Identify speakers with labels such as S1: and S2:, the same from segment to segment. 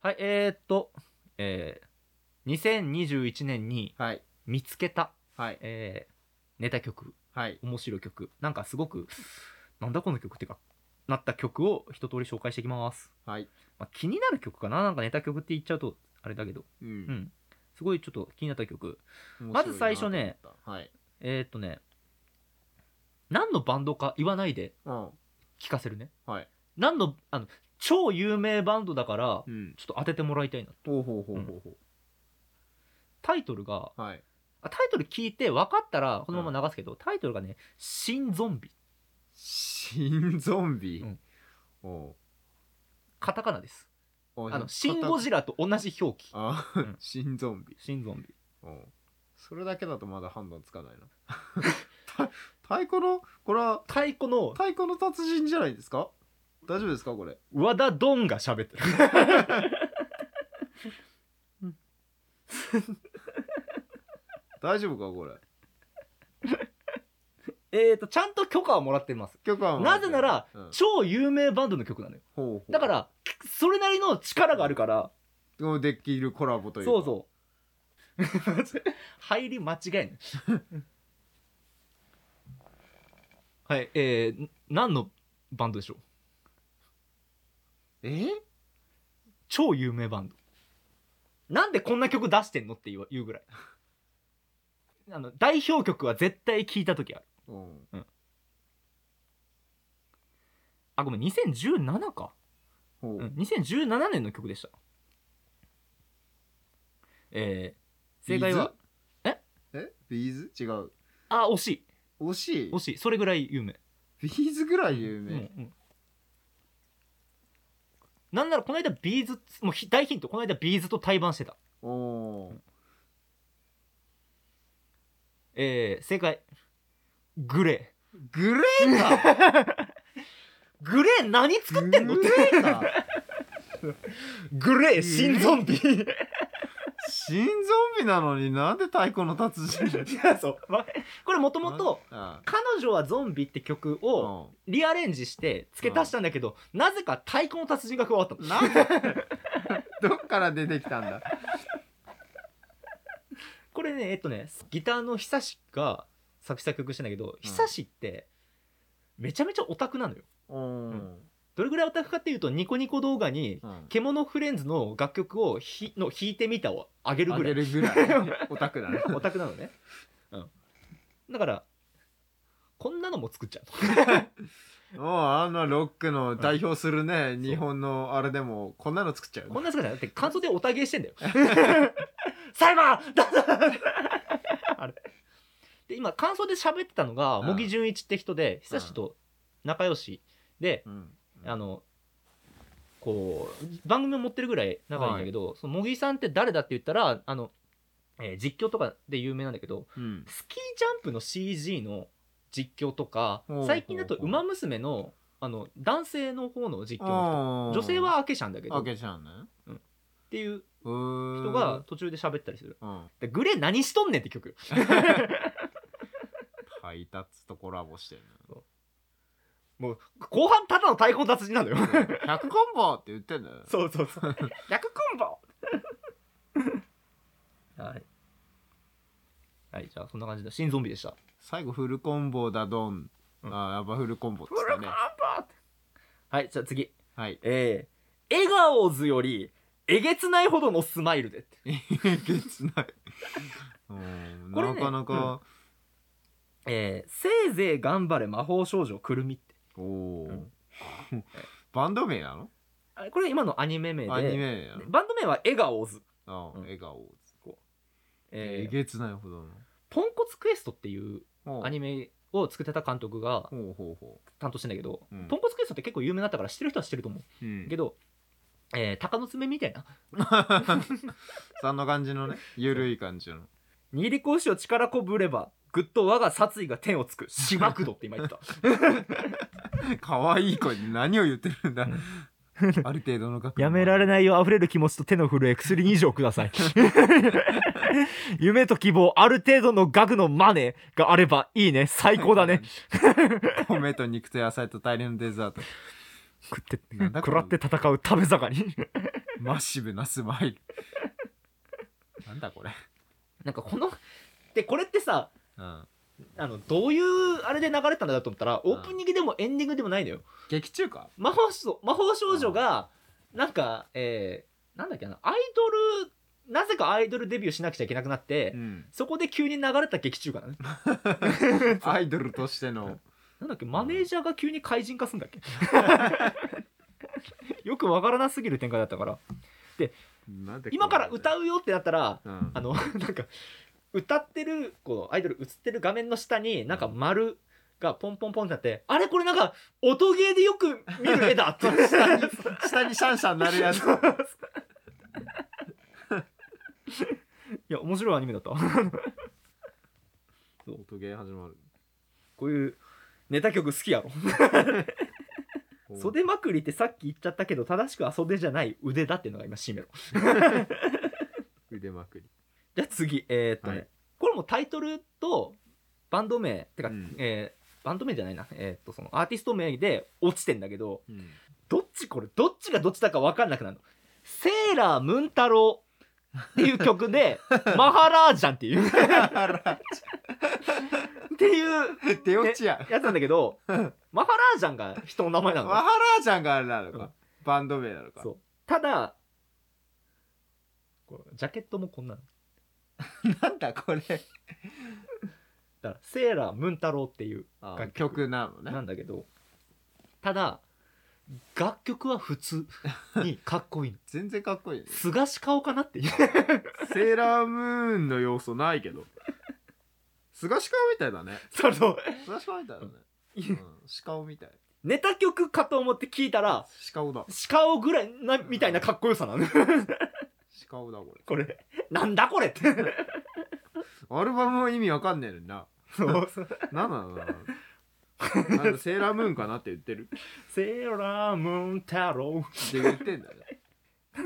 S1: はい、えー、っと、えー、2021年に
S2: はい。
S1: 見つけた、
S2: はい。
S1: えー、ネタ曲、
S2: はい。
S1: 面白い曲、なんかすごく、なんだこの曲ってか、なった曲を一通り紹介していきます。
S2: はい。
S1: まあ、気になる曲かななんかネタ曲って言っちゃうと、あれだけど、
S2: う。
S1: うんん。すごいちょっと気になった曲。
S2: 面白いなと思った
S1: まず最初ね。
S2: はい。
S1: えー、っとね、何のバンドか言わないで
S2: うん。
S1: 聞かせるね。
S2: はい。
S1: 何の、あの、超有名バンドだから
S2: う、ん。
S1: ちょっと当ててもらいたいな。
S2: ほうほうほうほうほ
S1: タイトルが、
S2: う。はい。
S1: あタイトル聞いて分かったらこのまま流すけど、タイトルがね「新ゾンビ
S2: 新ゾンビ
S1: うん。
S2: お」
S1: カタカナです
S2: う
S1: あの「新ゴジラ」と同じ表記
S2: あ
S1: うん、
S2: 新ゾンビ。
S1: 新ゾンビ
S2: うん。それだけだとまだ判断つかないな。た 太鼓の、これは
S1: 太鼓の
S2: 太鼓の達人じゃないですか大丈夫ですかこれ。
S1: 和田ドンが喋っ てる
S2: 大丈夫かこれ。
S1: えっとちゃんと許可をもらってます
S2: 曲はもう
S1: なぜなら、
S2: うん
S1: 超有名バンドの曲なのよ
S2: ほうほう
S1: だからそれなりの力があるから
S2: もうできるコラボというか
S1: そうそう入り間違い ないはいえー、何のバンドでしょう
S2: え
S1: 超有名バンドなんでこんな曲出してんのって言う言うぐらい あの代表曲は絶対聴いた時ある
S2: うん
S1: あごめん2017か、
S2: ほう、
S1: うん、2017年の曲でしたえー、正解は
S2: えビーズ違う
S1: あ惜しい
S2: 惜しい
S1: 惜しいそれぐらい有名、
S2: ビーズぐらい有
S1: うん
S2: 名、
S1: うんなんならこの間ビーズもうひ大ヒントこの間ビーズと対バンしてた
S2: おお
S1: えー、正解グレー
S2: グレーか
S1: グレー何作ってんの
S2: グレーか
S1: グレー
S2: 新
S1: 新
S2: ゾ
S1: ゾンビ い
S2: 新ゾンビなのになんで太鼓の達人
S1: や そうわこれもともと
S2: あ
S1: 「彼女はゾンビ」って曲を
S2: あ
S1: リアレンジして付け足したんだけどなぜか「太鼓の達人」が加わったの
S2: うんなんでどっから出てきたんだ
S1: これねえっとねギターの久しが作詞作曲してんだけど
S2: うん
S1: 久しってめちゃめちゃオタクなのよ
S2: おお、
S1: んどれぐらいオタクかっていうとニコニコ動画に
S2: うん
S1: 獣フレンズの楽曲をひの弾いてみたを上げる
S2: あ
S1: ぐら
S2: げ
S1: い
S2: るぐらいオタク だね
S1: オタクなのね、うん、だからこんなのも作っちゃう
S2: もうあんなロックの代表するね、日本のあれでもこんなの作っちゃう
S1: こんな姿だって感想でおたげして んだよ。サイバーだだ あれで今感想で喋ってたのが
S2: うん
S1: 茂木純一って人で久しと仲良しで、
S2: うん
S1: あのこう番組を持ってるぐらい仲いいんだけど、その茂木さんって誰だって言ったらあの、えー実況とかで有名なんだけど
S2: うん
S1: スキージャンプの CG の実況とか
S2: ほうほうほう
S1: 最近だと「ウマ娘の」あの男性の方の実況の人
S2: 女
S1: 女性はアケシャンだけど
S2: あ
S1: っ
S2: けちゃんね
S1: ていう人
S2: 人
S1: が、途中で喋ったりする
S2: うん、
S1: でグレー何しとんねんって曲
S2: 配達とコラボしてる
S1: もう後半ただの太鼓の達人なんだよ
S2: の100コンボって言ってんだよ
S1: そうそうそう逆コンボ はいはいじゃあそんな感じで新ゾンビでした
S2: 最後フルコンボだドン、
S1: うん
S2: あやっぱフルコンボっつったね
S1: はいじゃあ次
S2: はい
S1: えー、笑顔図よりえげつないほどのスマイルで
S2: えげつないうん
S1: これね
S2: なかなか、
S1: えー、せいぜい頑張れ魔法少女くるみって
S2: おおー、
S1: うん
S2: バンド名なの
S1: あこれ今のアニメ名で
S2: アニメ名なの
S1: バンド名は笑顔図、
S2: あ、
S1: うん
S2: 笑顔え
S1: えー、
S2: げつないほどの
S1: ポンコツクエストっていう
S2: ほう
S1: アニメを作ってた監督が
S2: ほうほうほ
S1: 担当してんだけど、
S2: うん
S1: ポンコツクエストって結構有名だったから知ってる人は知ってると思
S2: う、
S1: う けど、えー、鷹の爪みたいな
S2: さんの感じのねゆるい感じの
S1: 「握り拳を力こぶればぐっと我が殺意が天をつくしまくど」って今言ってた
S2: 可愛い声で何を言ってるんだある程度の額
S1: れないよ溢れる気持ちと手の震え薬2錠ください 夢と希望ある程度の額のマネーがあればいいね最高だね
S2: 米と肉と野菜と大量のデザート
S1: 食って
S2: なんだこれ
S1: 戦う食べ盛り
S2: マッシブなスマイルなんだこれ
S1: なんかこのでこれってさ
S2: うん
S1: あのどういうあれで流れたんだと思ったらオープニングでもエンディングでもないのよ
S2: 劇中か
S1: 魔法少魔法少女がなんかえー、なんだっけなアイドルなぜかアイドルデビューしなくちゃいけなくなって、
S2: うん
S1: そこで急に流れた劇中歌なのね
S2: アイドルとしての
S1: なんだっけマネージャーが急に怪人化すんだっけ よくわからなすぎる展開だったから今から歌
S2: う
S1: うよってなったら
S2: うん
S1: あの なんか歌ってるこうアイドル映ってる画面の下になんか丸がポンポンポンってなって、あれこれなんか音ゲーでよく見る絵だって
S2: 下に下にシャンシャンなるやつ
S1: いや面白いアニメだった
S2: 音ゲー始まる
S1: こういうネタ曲好きやろ袖まくりってさっき言っちゃったけど正しくは袖じゃない腕だっていうのが今シメロ
S2: 腕まくり
S1: じゃあ次えーっとね、
S2: はい
S1: これもタイトルとバンド名てか、
S2: うん
S1: えーバンド名じゃないな、えーっとそのアーティスト名で落ちてんだけど
S2: うん
S1: どっちこれどっちがどっちだか分かんなくなるの「セーラームーン太郎」っていう曲 で「マハラージャン」っていうっていう
S2: 手落ちや
S1: やつなんだけどマハラージャンが人の名前な
S2: マ
S1: の
S2: ハ
S1: よ
S2: ラージャンがあれなの
S1: う
S2: か
S1: ん
S2: バンド名なのか
S1: そうただこれジャケットもこんなの
S2: なんだこれ
S1: だから「セーラームーン太郎」っていう
S2: あ
S1: 楽曲
S2: 曲なの
S1: な
S2: ね
S1: んだけどただ楽曲は普通 にかっこいいの
S2: 全然かっこいいね
S1: 菅氏顔かなっていう
S2: セーラームーンの要素ないけど菅氏顔みたいだね
S1: そうそう
S2: 菅氏顔みたいだね
S1: うん
S2: シカオみたい
S1: ネタ曲かと思って聞いたら
S2: シカオだ
S1: 鹿をぐらいなみたいなかっこよ さなの
S2: シカオだこれ
S1: これなんだこれって
S2: アルバムの意味わかんねえのにな
S1: そうそう
S2: なんなのななんだセーラームーンかなって言ってる
S1: セーラームーン太郎
S2: って言ってんだね、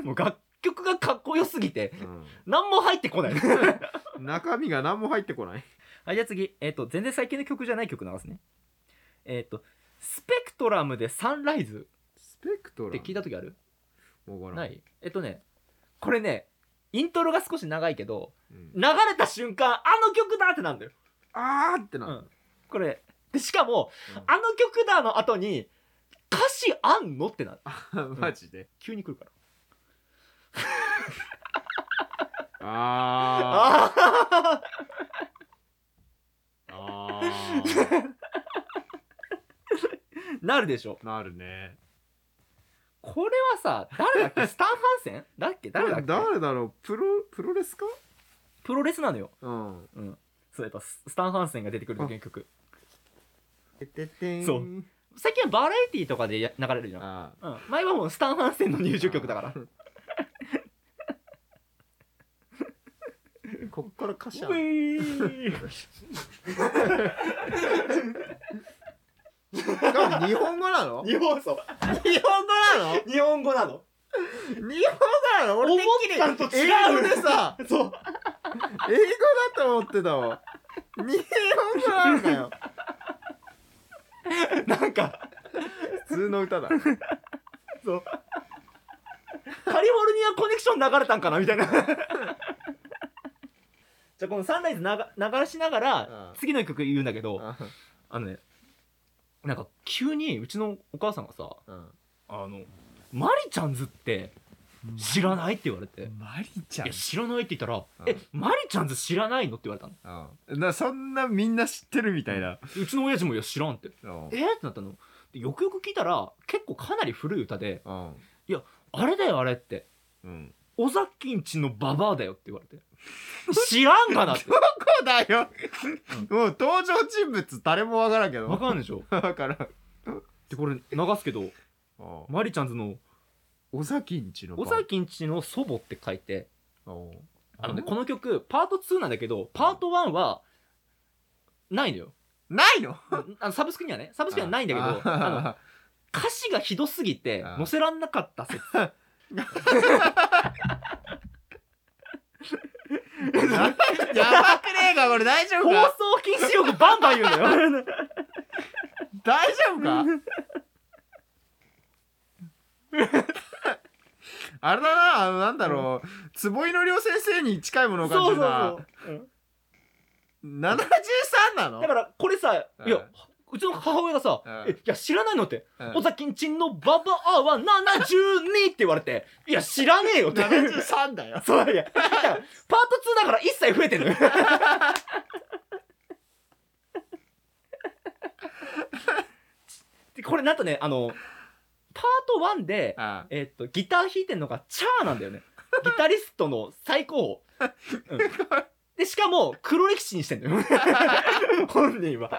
S1: もう楽曲がかっこよすぎて
S2: う
S1: 何も入って こない
S2: ん、中身が何も入ってこない
S1: はいじゃあ次えっ、と全然最近の曲じゃない曲流すねえっ、とスペクトラムでサンライズ
S2: スペクトラ
S1: って聞いた時ある
S2: わからん
S1: ないえっとねこれねイントロが少し長いけど
S2: うん
S1: 流れた瞬間あの曲だってなんだよ、
S2: あーってな
S1: う
S2: る、
S1: ん、これでしかも
S2: うん
S1: あの曲だの後に歌詞あんのってなる
S2: マジで
S1: 急に来るからあ
S2: あ
S1: あ
S2: ーあー
S1: ー なるでしょ
S2: なるね
S1: これはさ誰だっ けスタン・ハンセンだっけ誰だっけ
S2: 誰だろうプロプロレスか
S1: プロレスなのよ
S2: うん
S1: うんそうやっぱススタン・ハンセンが出てくる時の曲
S2: てってってん
S1: そう最近はバラエティーとかでや流れるじゃん、
S2: あ
S1: う
S2: ー
S1: ん、前はもうスタン・ハンセンの入場曲だから
S2: こっから歌詞あ
S1: う
S2: る
S1: いー
S2: なんか日本語なの
S1: 日本そう
S2: 日本語なの
S1: 日本語なの
S2: 日本語なの俺
S1: 思
S2: てっきり
S1: ったんと違う
S2: 英語でさ
S1: そう
S2: 英語だと思ってたわ日本語なんだよ
S1: なんか
S2: 普通の歌だ
S1: そうカリフォルニアコネクション流れたんかなみ たいなじゃあこのサンライズなが流しながら
S2: うん
S1: 次の曲言うんだけどあのねなんか急にうちのお母さんがさ「あのマリちゃんズって知らない?」って言われて「い
S2: マリちゃん
S1: や知らない」って言ったら「
S2: うん
S1: えマリちゃんズ知らないの?」って言われたの
S2: うんなそんなみんな知ってるみたいな
S1: うちの親父も「いや知らん」って
S2: うん
S1: 「えっ?」ってなったのでよくよく聞いたら結構かなり古い歌で
S2: うん
S1: 「あれだよあれ」って
S2: うん
S1: 尾崎んちのババアだよって言われて知らんか なって
S2: どこだよもう登場人物誰もわからんけど
S1: 分かんないでしょ
S2: わからん
S1: でこれ流すけど
S2: うん
S1: マリちゃんズの
S2: 尾崎んちの
S1: 「尾崎んちの祖母」って書いてあ
S2: あ
S1: のねこの曲パート2なんだけどパート1はない のよ
S2: ないの
S1: あのサブスクにはねサブスクにはないんだけどあの歌詞がひどすぎて
S2: あー
S1: 載せらんなかった説
S2: やばくねえかこれ大丈夫
S1: 放
S2: か
S1: 送禁止用語バンバン 言うんだよ
S2: 大丈夫か あれだなあのなんだろう、坪井の亮先生に近いものを感じるな
S1: そうそうそう、うん
S2: 73なの
S1: だからこれさ、
S2: うん
S1: いやうちの母親がさ「
S2: うん
S1: えいや知らないの?」って
S2: うん
S1: 「尾崎んちんのババアは72」って言われて「いや知らねえよ」って
S2: 73だ よ
S1: そういやだからパート2だから一切増えてんのよでこれなんとねあのパート1で、
S2: あ
S1: えっとギター弾いてんのがチャーなんだよねギタリストの最高峰、うんでしかも黒歴史にしてんのよ本人は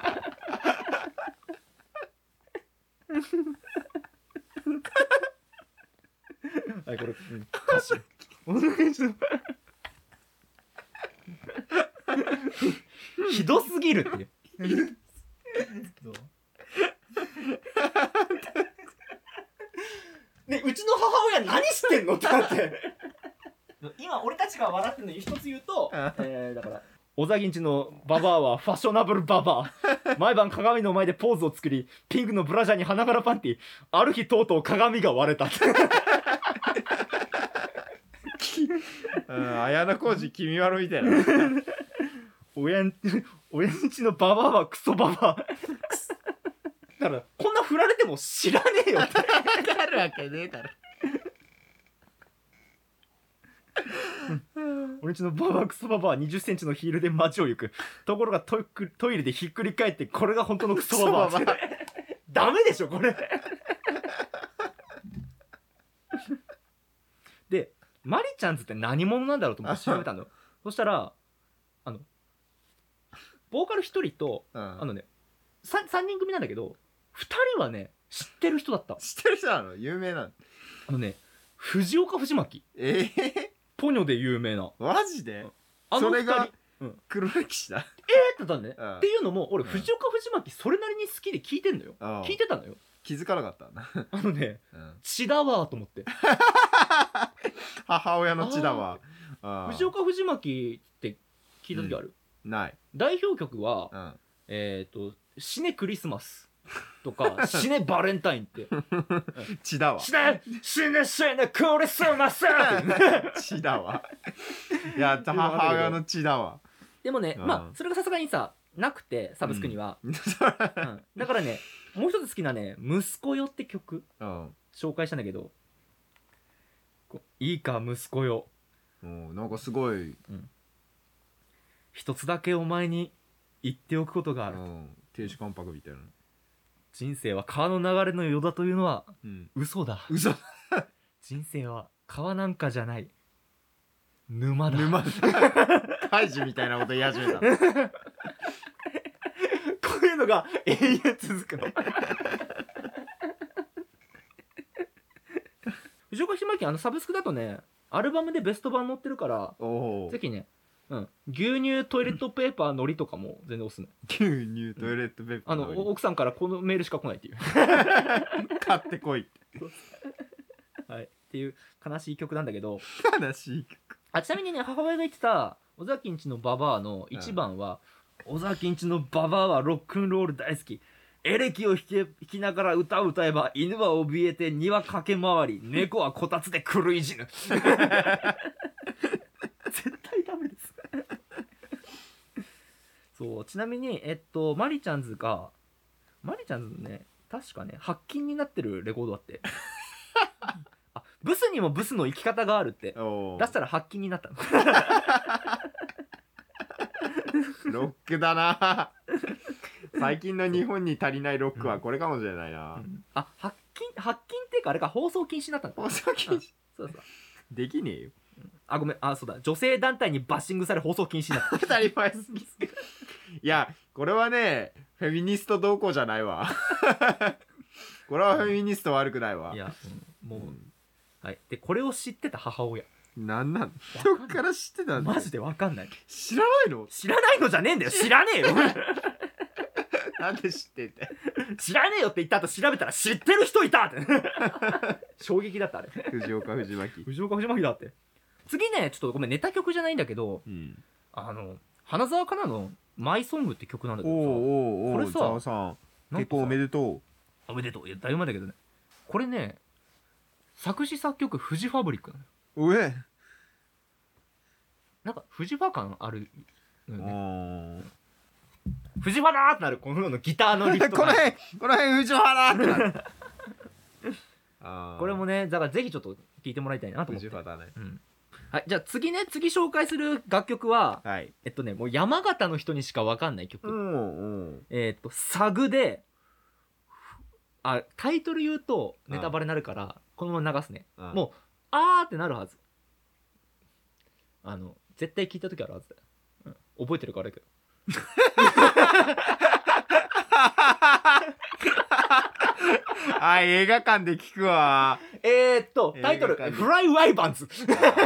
S1: はいこれ、うん、歌詞お願いしますひどすぎるっていう ね、うちの母親何してんのってなって今俺たちが笑ってるのに一つ言うと、
S2: うん
S1: えー、だから小沢銀ちのババアはファッショナブルババ ア毎晩鏡の前でポーズを作りピンクのブラジャーに花柄パンティある日とうとう鏡が割れたって
S2: うん綾小路君はろみたいな
S1: 親ん親んちのババアはクソバ バアだからこんな振られても知らねえよって
S2: あるわけねえだろ
S1: 俺んちのババアクソババアは2 0ンチのヒールで街を行くところがトイクトイレでひっくり返ってこれが本当のクソババアってダメでしょこれでマリちゃんズって何者なんだろうと思って調べたのよそしたらあのボーカル1人とあ
S2: うん
S1: のね 3, 3人組なんだけど2人はね知ってる人だった
S2: 知ってる人なの有名なの
S1: あのね藤岡藤巻
S2: ええ
S1: ポニョで有名な
S2: マジで
S1: あの
S2: そ
S1: 2
S2: れ
S1: 人
S2: が
S1: うん
S2: 黒歴史だ
S1: えーってたんだね、
S2: うん
S1: っていうのも俺
S2: うん
S1: 藤岡藤巻それなりに好きで聞いてんのよ、
S2: うん
S1: 聞いてたのよ
S2: 気づかなかったな
S1: あのね
S2: うん
S1: 血だわーと思って
S2: 母親の血だわうん
S1: 藤岡藤巻って聞いた時ある、
S2: ない
S1: 代表曲は、
S2: うん
S1: えっ、と「死ねクリスマス」と か「死ねバレンタイン」って
S2: 血
S1: 「
S2: だわ
S1: 死ね死ね死ねクリスマス」っていうね
S2: 血だ わいや母親の血だわ
S1: でもね、
S2: うん
S1: まあそれがさすがにさなくてサブスクには、うん だからねもう一つ好きなね「息子よ」って曲
S2: うん
S1: 紹介したんだけどこういいか息子よ
S2: もうなんかすごい
S1: 一つだけお前に言っておくことがあ
S2: う
S1: る、
S2: ん亭主関白みたいな
S1: 人生は川の流れのようだというのは
S2: うん
S1: 嘘だ
S2: 嘘
S1: 人生は川なんかじゃない沼だ
S2: 沼だカイジみたいなこと言い始 めた
S1: こういうのが 永遠続くの 藤岡弘樹あのサブスクだとねアルバムでベスト版載ってるから
S2: おお
S1: ぜひね、うん、牛乳トイレットペーパーのりとかも全然おすすめ
S2: 牛乳トイレットペーパ
S1: あ
S2: ー
S1: の
S2: の
S1: お奥さんからこのメールしか来ないっていう
S2: 買ってこいって
S1: はいっていう悲しい曲なんだけど
S2: 悲しい
S1: あちなみにね母親が言ってた「尾崎んちのババア」の1番は「尾崎んちのババアはロックンロール大好き」エレキを弾け弾きながら歌を歌えば犬は怯えて庭駆け回り猫はこたつで狂い死ぬ絶対ダメですそうちなみにえっとマリちゃんズがマリちゃんズのね確かね発禁になってるレコードあってあブスにもブスの生き方があるって
S2: おお
S1: 出したら発禁になったの
S2: ロックだ な最近の日本に足りないロックはこれかもしれないな
S1: あ発禁発禁っていうかあれか放送禁止になったんだ
S2: 放送禁止
S1: そうそう
S2: できねえよ
S1: あごめんあそうだ女性団体にバッシングされ放送禁止になった
S2: 当たり前すぎいやこれはねフェミニスト同行じゃないわ これはフェミニスト悪くない わ
S1: いや、うんもう、
S2: うん
S1: はいでこれを知ってた母親
S2: なんなん
S1: わかん
S2: ど
S1: ない
S2: っから知ってたの
S1: マジでわかんない
S2: 知らないの
S1: 知らないのじゃねえんだよ知らね えよ
S2: なんで知ってて
S1: 知らねえよって言った後調べたら知ってる人いたって 衝撃だったあれ
S2: 藤岡藤巻
S1: 藤岡藤巻だって次ねちょっとごめんネタ曲じゃないんだけど
S2: うん
S1: あの花澤香菜の「マイソング」って曲なんだ
S2: お
S1: けどさ
S2: うおうお
S1: こ
S2: お
S1: れ
S2: う
S1: さ
S2: ざわさん
S1: なん
S2: 結
S1: かさ
S2: 婚おめでと
S1: おめでとういやだいぶ前だけどねこれね作詞作曲フジファブリックなのよ
S2: うえ
S1: なんかフジファ感あるの
S2: う
S1: よね
S2: ん
S1: フジファだーってなるこのようなギターのリフト
S2: この
S1: が
S2: 辺この辺藤 原ってなるあー
S1: これもねだからぜひちょっと聞いてもらいたいなと思って
S2: 藤原だね
S1: うんはい、じゃあ次ね次紹介する楽曲は
S2: はい
S1: えっとねもう山形の人にしかわかんない曲、
S2: んうん
S1: えっと「サグで」あタイトル言うとネタバレになるからこのまま流すね
S2: あ
S1: もう「あー」ってなるはずあの絶対聞いた時あるはずだよ、うん、覚えてるからあれだけど
S2: あ映画館で聞くわ
S1: えーっと
S2: 映画
S1: タイトル「
S2: 館で
S1: フライワイバンズ」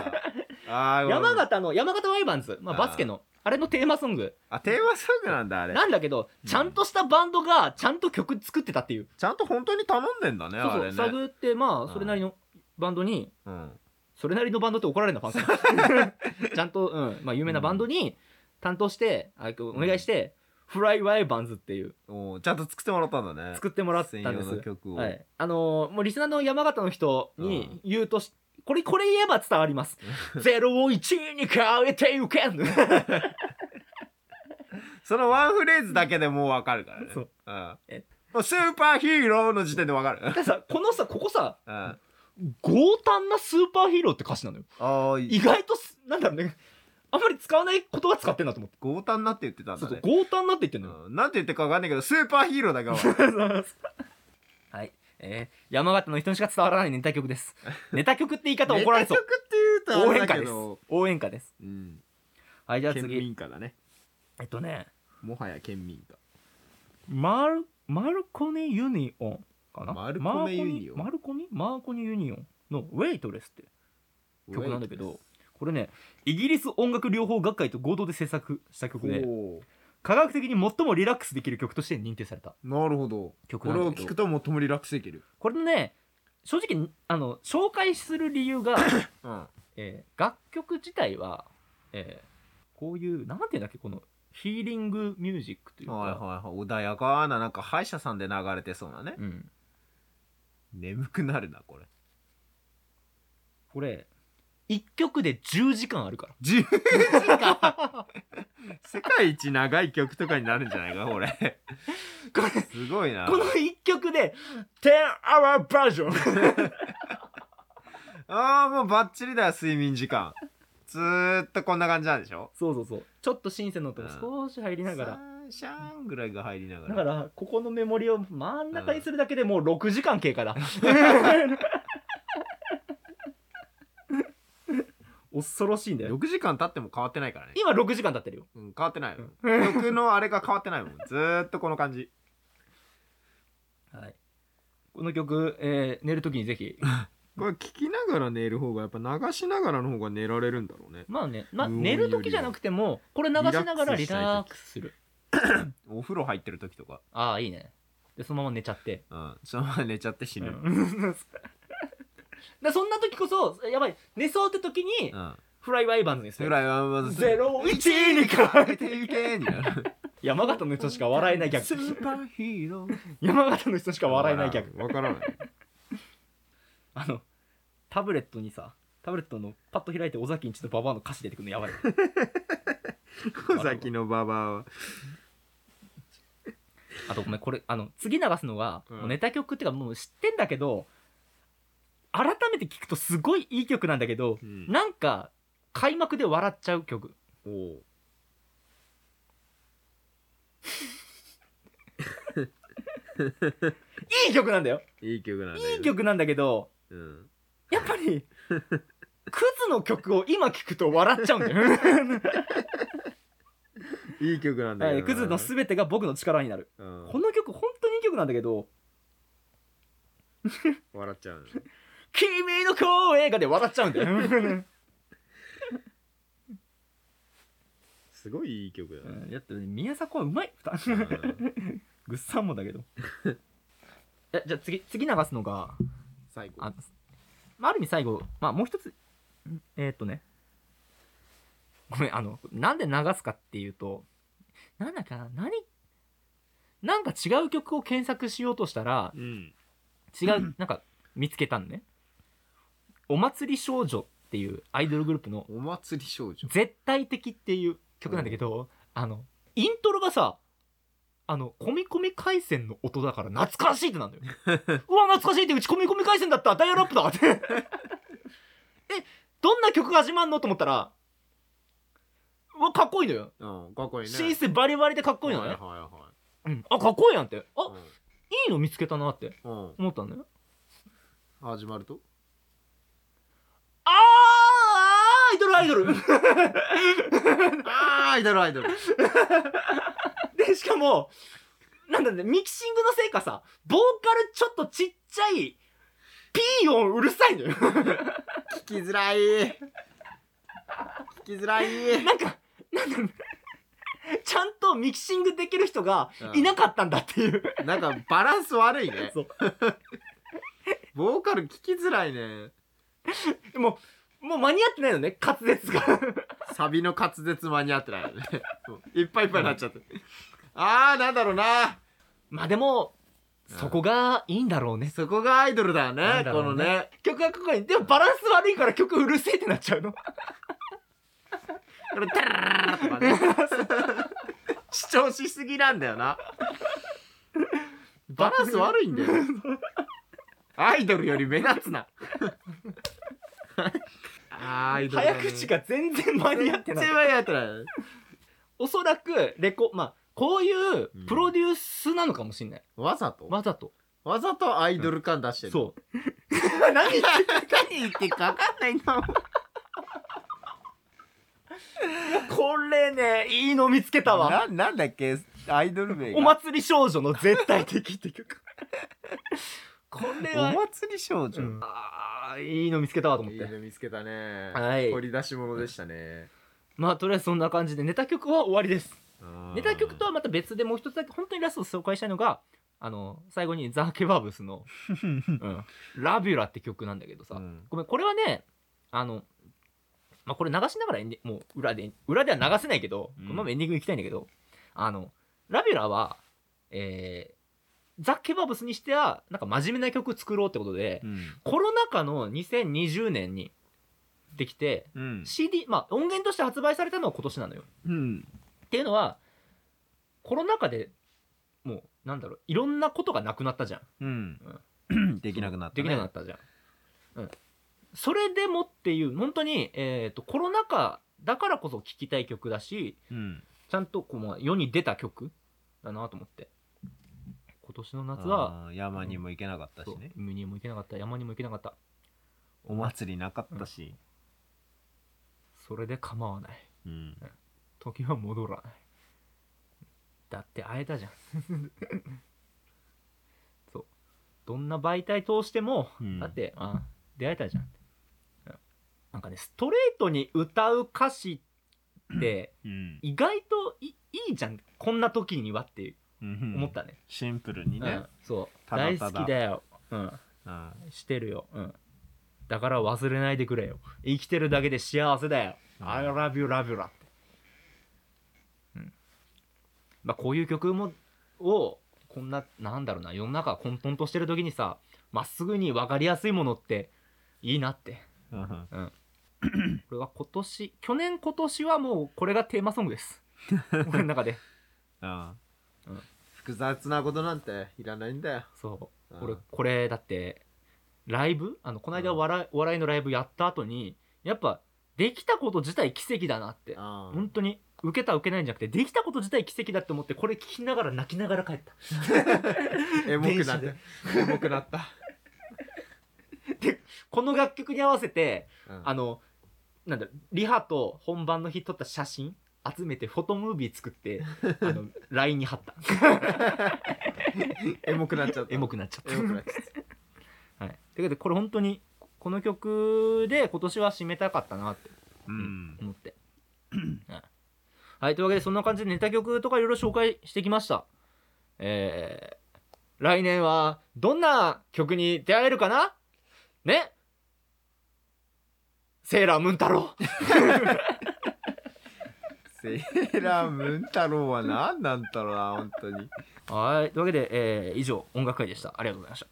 S2: あー
S1: 山形の山形ワイバンズ、まあ、バスケのあれのテーマソング
S2: あテーマソングなんだあれ
S1: なんだけど
S2: うん
S1: ちゃんとしたバンドがちゃんと曲作ってたっていう
S2: ちゃんと本当に頼んでんだね
S1: そう
S2: あ
S1: そ
S2: れ
S1: う、
S2: ね
S1: サグってま
S2: ん
S1: あそれなりのバンドに、
S2: うん
S1: それなりのバンドって怒ら れるなファンからちゃんと、うんまあ、有名なバンドに担当して、あお願いして、フライワイバンズっていう
S2: おーちゃんと作ってもらったんだね
S1: 作ってもらったん
S2: 専
S1: で
S2: 用
S1: す
S2: の曲を、
S1: はい、あのーもうリスナーの山形の人
S2: うん
S1: に言うとし、これこれ言えば伝わり ます0を1に変えてゆけん
S2: そのワンフレーズだけでもうわかるからね
S1: そう、
S2: ん
S1: え
S2: スーパーヒーローの時点でわかる、
S1: でさこのさここさ
S2: うん、あ
S1: 強胆なスーパーヒーローって歌詞なのよ
S2: ーい
S1: 意外とすなんだろうねあんまり使わない言葉使ってんなと思って
S2: 強胆なって言ってたん
S1: そ
S2: だ
S1: うそう
S2: ね
S1: 強胆なって言ってんのよ、
S2: うん、なんて言ってるかわかんないけどスーパーヒーローだから
S1: はい、えー山形の人にしか伝わらないネタ曲 です。ネタ曲って言い方怒られそ
S2: ネ
S1: う。
S2: タ曲って言うとあ
S1: 応
S2: れ
S1: 援歌
S2: だけ
S1: です
S2: ど。
S1: 応援歌です。
S2: うん
S1: はい、じゃあ
S2: 県
S1: 次。
S2: 民歌だね
S1: えっとね、
S2: もはや県民歌
S1: マル、マルコネユニオンかな。
S2: マルコネユニオン
S1: マルコネマルコネマルコネユニオンのウェイトレスって曲なんだけど、これね、イギリス音楽療法学会と合同で制作した曲で、
S2: おー
S1: 科学的に最もリラックスできる曲として認定された
S2: なるほど
S1: 曲
S2: こ
S1: な
S2: れ
S1: んだ
S2: を
S1: け
S2: 聞
S1: ど
S2: く、ともっともリラックスできる
S1: これね、正直、あの、紹介する理由が、
S2: うん
S1: えー楽曲自体は、えーこういうなんていうんだっけこのヒーリングミュージックというか、
S2: はいはいはい穏やかななんか歯医者さんで流れてそうなね
S1: うん、
S2: 眠くなるなこれ
S1: これ1曲で10時間ある から
S2: 10時間世界一長い曲とかになるんじゃないかこれ
S1: これ
S2: すごいな
S1: この1曲で10 hour バージョ ン
S2: ああもうバッチリだよ睡眠時間ずーっとこんな感じなんでしょ
S1: そうそうそうちょっとシンセの音が少し入りなが
S2: サ
S1: ら
S2: ンシャーンぐらいが入りなが
S1: だ
S2: ら
S1: からここのメモリを真ん中にするだけでもう6時間経過だ 恐ろしいんだよ
S2: 6時間経っても変わってないからね、
S1: 今6時間経ってるよ
S2: うん、変わってないよ
S1: う
S2: 曲のあれが変わってないもんずーっとこの感じ
S1: はい、この曲、えー寝るときにぜひ
S2: これ聞きながら寝る方がやっぱ流しながらの方が寝られるんだろうね
S1: まあね、まあ、
S2: 無音
S1: 寝るときじゃなくてもこれ流しながらリ
S2: リラ
S1: ラ
S2: ッ
S1: ックスする
S2: お風呂入ってる時とか、
S1: ああいいねでそのまま寝ちゃって、
S2: うん、そのまま寝ちゃって死ぬ、
S1: うんでそんな時こそやばい寝そうって時に、
S2: うん、
S1: フライワイバンズにす
S2: それ
S1: る
S2: ぐらいはまず
S1: ゼロ一に変えて
S2: ていけになる
S1: 山形の人しか笑えないギ
S2: ス
S1: ャグ
S2: ーパーヒーロー
S1: 山形の人しか笑えないギャグ
S2: わからない
S1: あのタブレットにさタブレットのパッと開いて尾崎んちのババアの歌詞出てくるのやばい
S2: 小崎のババアは
S1: あとごめんこれあの次流すのが、
S2: うん
S1: もうネタ曲っていうかもう知ってんだけど改めて聞くとすごいいい曲なんだけど、
S2: うん
S1: なんか開幕で笑っちゃう曲
S2: おう
S1: いい曲なんだよ
S2: いい曲なんだけど
S1: いい曲なんだけど
S2: うん
S1: やっぱり クズの曲を今聞くと笑っちゃうんだよ、
S2: いい曲なんだ
S1: は
S2: けど
S1: い、
S2: な
S1: クズの全てが僕の力になる
S2: うん
S1: この曲本当にいい曲なんだけど
S2: 笑っちゃう
S1: 「君の声が」で笑っちゃうんだ よ、
S2: すごいいい曲だ
S1: う
S2: ね
S1: ん、やっぱね宮迫はう まい
S2: うん
S1: ぐっさんもだけど えじゃあ次次流すのが
S2: 最後
S1: あまあある意味最後、まあ、もう一つんえーっとねごめんあのなんで流すかっていうとなんだっけな何なんか違う曲を検索しようとしたら
S2: うん
S1: 違うなんか見つけたんねお祭り少女っていうアイドルグループの
S2: お祭り少女
S1: 「絶対的」っていう曲なんだけど、あのイントロがさあの「コミコミ回線」の音だから懐かしいってなん だようわ懐かしいってうちコミコミ回線だったダイヤルアップだって えどんな曲が始まんのと思ったらうわかっこいいのよ、
S2: うんかっこいいね
S1: シンセバリバリでかっこいいの
S2: はい
S1: ね
S2: は、いは
S1: うん、あかっこいいやんってあ、
S2: い
S1: いいの見つけたなって
S2: うん、うん、
S1: 思ったんだよ
S2: 始まると
S1: あーアイドルアイドル
S2: あーアイドルアイドル
S1: でしかもなんだろうねミキシングのせいかさボーカルちょっとちっちゃいピー音うるさいのよ
S2: 聞きづらい聞きづらい
S1: なんかなんだろうねちゃんとミキシングできる人が
S2: うん
S1: いなかったんだっていう、
S2: なんかバランス悪いね
S1: そう
S2: ボーカル聞きづらいね
S1: もうもう間に合ってないのね滑舌が
S2: サビの滑舌間に合ってないよねもういっぱいいっぱいになっちゃって、あーなんだろうな
S1: まあでもそこがいいんだろうね
S2: そこがアイドルだよ
S1: な
S2: ね
S1: んだろ
S2: こ
S1: うね
S2: のね
S1: 曲がかっこいいでもバランス悪いから曲うるせえってなっちゃうの
S2: これタラララとかね主張しすぎなんだよなバランス悪いんだよアイドルより目立つなあーアイドルだ
S1: 早
S2: ね
S1: 口が全然間に合ってない
S2: 全然間に合ってない
S1: おそらくレコまあこういうプロデュースなのかもしれない、
S2: わざと
S1: わざと
S2: わざとアイドル感出してる、
S1: そう何言って
S2: 何言ってるか分かんないな
S1: これねいいの見つけたわ
S2: ななんだっけアイドル名が
S1: お祭り少女の絶対的って曲 これは
S2: お祭り少女、
S1: うんあーいいの見つけたわと思っ
S2: いい
S1: て
S2: の見つけたね、
S1: はい
S2: 掘り出し物でしたね、
S1: まあとりあえずそんな感じでネタ曲は終わりです
S2: うん
S1: ネタ曲とはまた別でもう一つだけ本当にラストで紹介したいのがあの最後にザ・ケバブスの「うんラビュラ」って曲なんだけどさ、
S2: うん
S1: ごめんこれはねあの、まあ、これ流しながらエンディもう裏で裏では流せないけど、
S2: うん
S1: このままエンディング行きたいんだけどあのラビュラは、えーザ・ケバブスにしてはなんか真面目な曲作ろうってことで、
S2: うん
S1: コロナ禍の2020年にできて
S2: うん
S1: CD まあ音源として発売されたのは今年なのよ
S2: うん
S1: っていうのはコロナ禍でもうなんだろういろんなことがなくなったじゃん
S2: うんできなくなった、
S1: で
S2: ね、
S1: きなくなったじゃん、うん、それでもっていう本当にえっ、とコロナ禍だからこそ聴きたい曲だし
S2: うん
S1: ちゃんとこうまあ世に出た曲だなと思って今年の夏は
S2: あー山にも行けなかったし
S1: そう
S2: ね、
S1: 海にも行けなかった山にも行けなかった
S2: お祭りなかったし、
S1: それで構わない
S2: うん
S1: 時は戻らないだって会えたじゃん そうどんな媒体通しても、
S2: うん
S1: だってあ出会えたじゃんうんなんかねストレートに歌う歌詞って
S2: うん
S1: 意外といいいじゃんこんな時にはって
S2: うん
S1: 思ったね,
S2: シンプル
S1: う
S2: に
S1: ん、
S2: ね、
S1: そう
S2: ただた
S1: 大
S2: だ
S1: 好きだよ、うん、
S2: うん
S1: してるよ、うん、だから忘れないでくれよ生きてるだけで幸せだよ、
S2: うん
S1: I love you love you love って、うんまあ、こういう曲もをこんななんだろうな世の中混沌としてる時にさまっすぐに分かりやすいものっていいなって
S2: うん
S1: これは今年去年今年はもうこれがテーマソングです 俺の中で
S2: うん
S1: うん
S2: 複雑なことなんていらないんだよ
S1: そう
S2: うん
S1: 俺これだってライブあのこの間
S2: うん
S1: 笑いお笑いのライブやった後にやっぱできたこと自体奇跡だなって
S2: あ
S1: 本当に受けた受けないんじゃなくてできたこと自体奇跡だって思ってこれ聞きながら泣きながら帰った
S2: エモくな
S1: 電車
S2: っ
S1: で
S2: たエモくなった、
S1: この楽曲に合わせて
S2: うん
S1: あのなんだリハと本番の日撮った写真集めてフォトムービー作 ってあの LINE に貼った
S2: エモくなっちゃった
S1: エモくなっちゃった
S2: エモくなっちゃった
S1: はい、ということでこれ本当にこの曲で今年は締めたかったなって
S2: うん
S1: 思って、はいはいというわけでそんな感じでネタ曲とかいろいろ紹介してきましたえー、来年はどんな曲に出会えるかなねセーラームーン太郎
S2: セーラームーン太郎は何なんだろうな本当に
S1: はいというわけで、えー以上音楽会でしたありがとうございました